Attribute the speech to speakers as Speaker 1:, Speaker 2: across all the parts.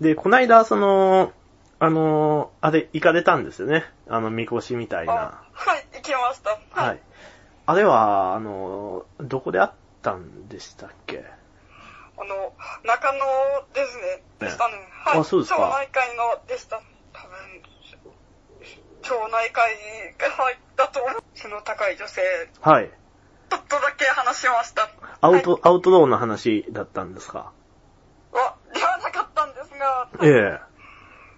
Speaker 1: で、こないだ、その、あのーあれ、行かれたんですよね。あの、みこしみたいな
Speaker 2: あ。はい、行きました。
Speaker 1: は
Speaker 2: はいい。。
Speaker 1: あれは、あのーどこであったんでしたっけ
Speaker 2: あの、中野ですね。でしたね。はい。
Speaker 1: あそうですか
Speaker 2: 町内会のでした。多分、町内会が入ったと思う。背の高い女性、
Speaker 1: はい。
Speaker 2: ちょっとだけ話しました。
Speaker 1: アウト、アウトローの話だったんですか
Speaker 2: は、ではなかったんですが、
Speaker 1: ええ。へ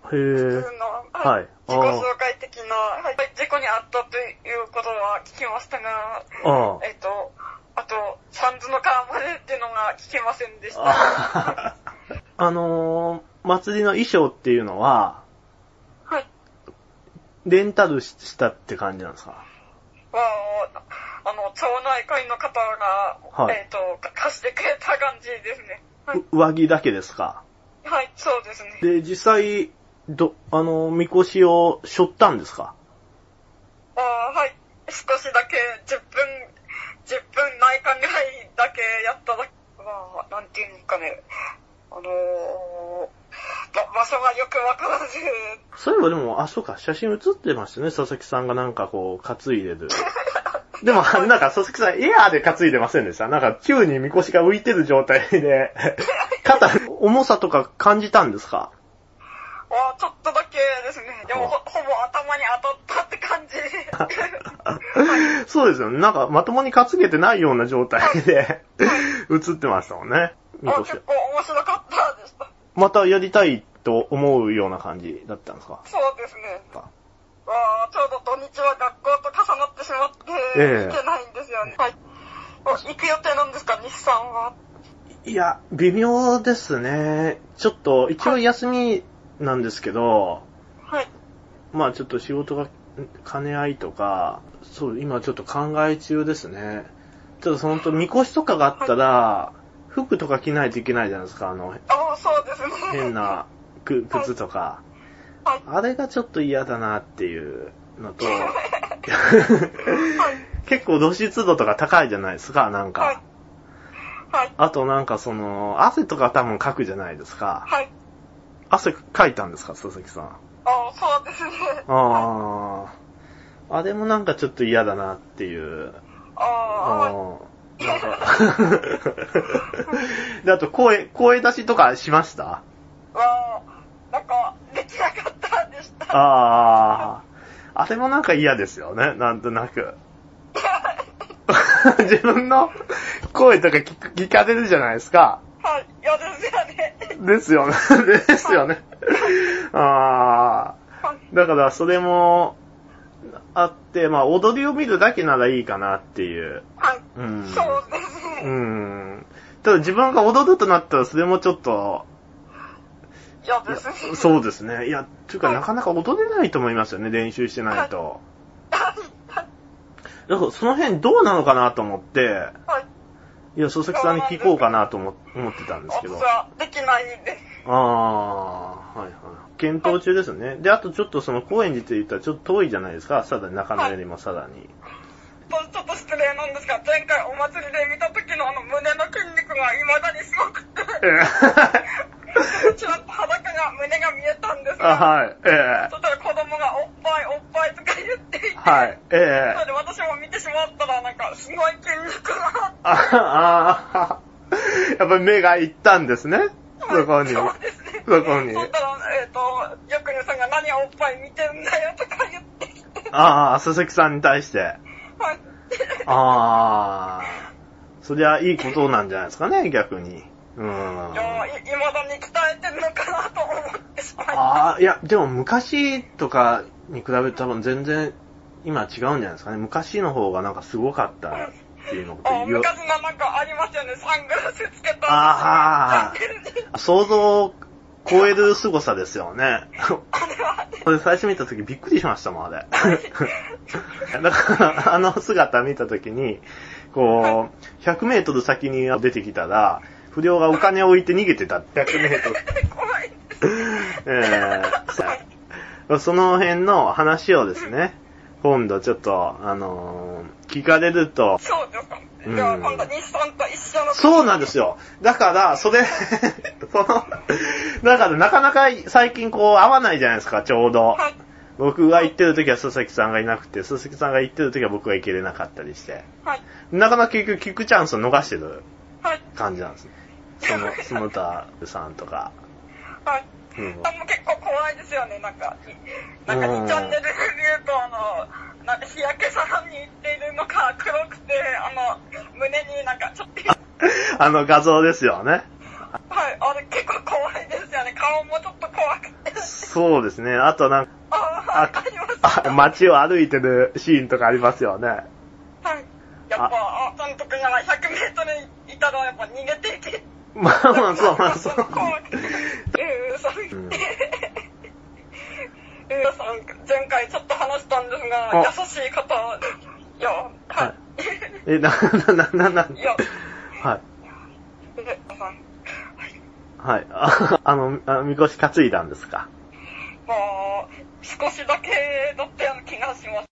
Speaker 2: 普
Speaker 1: え
Speaker 2: 通。の、
Speaker 1: はい
Speaker 2: 自己紹介的な、はい、事故に遭ったということは聞きましたが、
Speaker 1: あ
Speaker 2: えっと、あと、サンズの川までっていうのが聞けませんでし
Speaker 1: あ。
Speaker 2: た。は
Speaker 1: ああのー祭りの衣装っていうのは、
Speaker 2: い。
Speaker 1: レンタルししたって感じなんですか
Speaker 2: まあ、あの、町内会の方が、
Speaker 1: はい
Speaker 2: えっ、と、か貸してくれた感じですね。は
Speaker 1: う上着だけですか
Speaker 2: い、はい、そうですね。
Speaker 1: で、実際、ど、あの、みこしを背負ったんですか
Speaker 2: ああはい、少しだけ、10分、10分内かぐらいだけやっただけ。まあ、なんていうんですかね、あのー、ば場所がよくわからず、
Speaker 1: そういえばでも、あ、そうか、写真写ってましたね、佐々木さんがなんかこう、担いでる。でも、なんか佐々木さん、エアーで担いでませんでしたなんか、急にみこしが浮いてる状態で、肩、重さとか感じたんですか
Speaker 2: ああちょっとだけですね。でもほ、ほぼ頭に当たったって感じ。
Speaker 1: そうですよね。なんか、まともに担げてないような状態で、映ってましたもんね。み
Speaker 2: あ
Speaker 1: こし
Speaker 2: 結。構面白かったでした。
Speaker 1: またやりたいと思うような感じだったんですか
Speaker 2: そうですね。わあ、ちょうど土日は学校と重なってしまって、
Speaker 1: ええ
Speaker 2: 行けないんですよね。はい。お行く予定なんですか、日産は。
Speaker 1: いや、微妙ですね。ちょっと、一応休みなんですけど、
Speaker 2: はい。
Speaker 1: まあちょっと仕事が兼ね合いとか、そう、今ちょっと考え中ですね。ちょっとそのと、みこしとかがあったら、服とか着ないといけないじゃないですか、あの、
Speaker 2: ああ、そうですね。
Speaker 1: 変。なく靴とか。
Speaker 2: はい。
Speaker 1: あれがちょっと嫌だなっていうのと、
Speaker 2: はい。
Speaker 1: 結構露出度とか高いじゃないですか、なん
Speaker 2: はい
Speaker 1: か。。
Speaker 2: はい。
Speaker 1: あとなんかその、汗とか多分かくじゃないですか。
Speaker 2: はい。
Speaker 1: 汗かいたんですか、佐々木さん。
Speaker 2: ああ、そうですね。あ
Speaker 1: ああ。あれもなんかちょっと嫌だなっていう。
Speaker 2: あ、はい。
Speaker 1: ああ。なんか。 で、あと声、声出しとかしました
Speaker 2: わあ、なんか、できなかったでした。
Speaker 1: ああ。あれもなんか嫌ですよね、なんとなく。 自分の声とか聞く聞かれるじゃないですか。
Speaker 2: はい。嫌ですよね。
Speaker 1: ですよね。 ですよね。ああ。
Speaker 2: はい。
Speaker 1: だから、それも、あって、まあ、踊りを見るだけならいいかなっていう。
Speaker 2: はい。
Speaker 1: うん。
Speaker 2: そうです
Speaker 1: う
Speaker 2: ね。
Speaker 1: ん。ただ自分が踊るとなったら、それもちょっと、
Speaker 2: 嫌
Speaker 1: い
Speaker 2: ですね。
Speaker 1: やそうですね。いや、というか、
Speaker 2: はい
Speaker 1: なかなか踊れないと思いますよね、練習してないと。だから、その辺どうなのかなと思って、
Speaker 2: はい。
Speaker 1: いや、佐々木さんに聞こうかなと思思ってたんですけ
Speaker 2: 私
Speaker 1: ど。
Speaker 2: はできないです。
Speaker 1: ああ、はいはい。検討中ですね。で、あとちょっとその高円寺って言ったらちょっと遠いじゃないですか、さらに、中野よりもさらに。
Speaker 2: ちょっと失礼なんですが、前回お祭りで見た時のあの胸の筋肉が未だにすごくて、ちらっと裸が、胸が見えたんです
Speaker 1: あ、
Speaker 2: が、
Speaker 1: はい、ええ
Speaker 2: そしたら子供がおっぱいおっぱいとか言っていて、
Speaker 1: はい、ええ
Speaker 2: それで私も見てしまったらなんかすごい筋肉が、
Speaker 1: ああー、やっぱり目が行ったんですね、そこに。
Speaker 2: そうですね。
Speaker 1: そこに
Speaker 2: そしたら、えっ、と、よくねさんが何おっぱい見てんだよとか言ってきて、
Speaker 1: ああ、佐々木さんに対して。
Speaker 2: はい。
Speaker 1: ああ、そりゃいいことなんじゃないですかね、逆に。うん。
Speaker 2: いやい未だに鍛えてるのかなと思ってしまいました。
Speaker 1: ああ、いや、でも昔とかに比べて多分全然今違うんじゃないですかね。昔の方がなんかすごかったっていうのって
Speaker 2: あ
Speaker 1: 言う。
Speaker 2: 昔のなんかありますよね、サングラスつけた。
Speaker 1: あー
Speaker 2: チャンネルに
Speaker 1: 想像を超える凄さですよね。
Speaker 2: あれは、
Speaker 1: これ最初見た時びっくりしましたもん、あ れ。だから、あの姿見た時に、こう、100メートル先に出てきたら、不良がお金を置いて逃げてた。100メートル。
Speaker 2: 怖いです。
Speaker 1: えー、その辺の話をですね、今度ちょっと、あのー聞かれると、
Speaker 2: そうですか。
Speaker 1: うん
Speaker 2: じゃあ今度日産と一緒の
Speaker 1: そうなんですよ。だから、それ、 その、だからなかなか最近こう会わないじゃないですか、ちょうど。
Speaker 2: はい
Speaker 1: 僕が行ってる時は佐々木さんがいなくて、佐々木さんが行ってる時は僕が行けれなかったりして。
Speaker 2: はい
Speaker 1: なかなか結局聞くチャンスを逃してる
Speaker 2: はい
Speaker 1: 感じなんですね。その、スムタさんとか。
Speaker 2: はい
Speaker 1: うん
Speaker 2: あもう結構怖いですよねなんかいなんか
Speaker 1: うん
Speaker 2: 2チャンネル見るとあのなんか日焼けサロンに行っているのか黒くてあの胸になんかちょっと
Speaker 1: あの画像ですよね。
Speaker 2: はいあれ結構怖いですよね顔もちょっと怖くて
Speaker 1: そうですね。あとなんか、
Speaker 2: あはいあります
Speaker 1: あ街を歩いてるシーンとかありますよね。
Speaker 2: はいやっぱ、あ、監督が100メートルいたら、やっぱ逃げていけ。
Speaker 1: まあまあ、そうまあそう。
Speaker 2: 怖くてうん、そう言って。
Speaker 1: うん
Speaker 2: うん、さん、前回ちょっと話したんですが、
Speaker 1: あ
Speaker 2: 優しい方、いや、は。
Speaker 1: はい え、な、な、な、な、な、
Speaker 2: いや
Speaker 1: はい。
Speaker 2: うんさん、
Speaker 1: はい。ああの、あみこし担いだんですか。
Speaker 2: まあ、少しだけだったような気がします。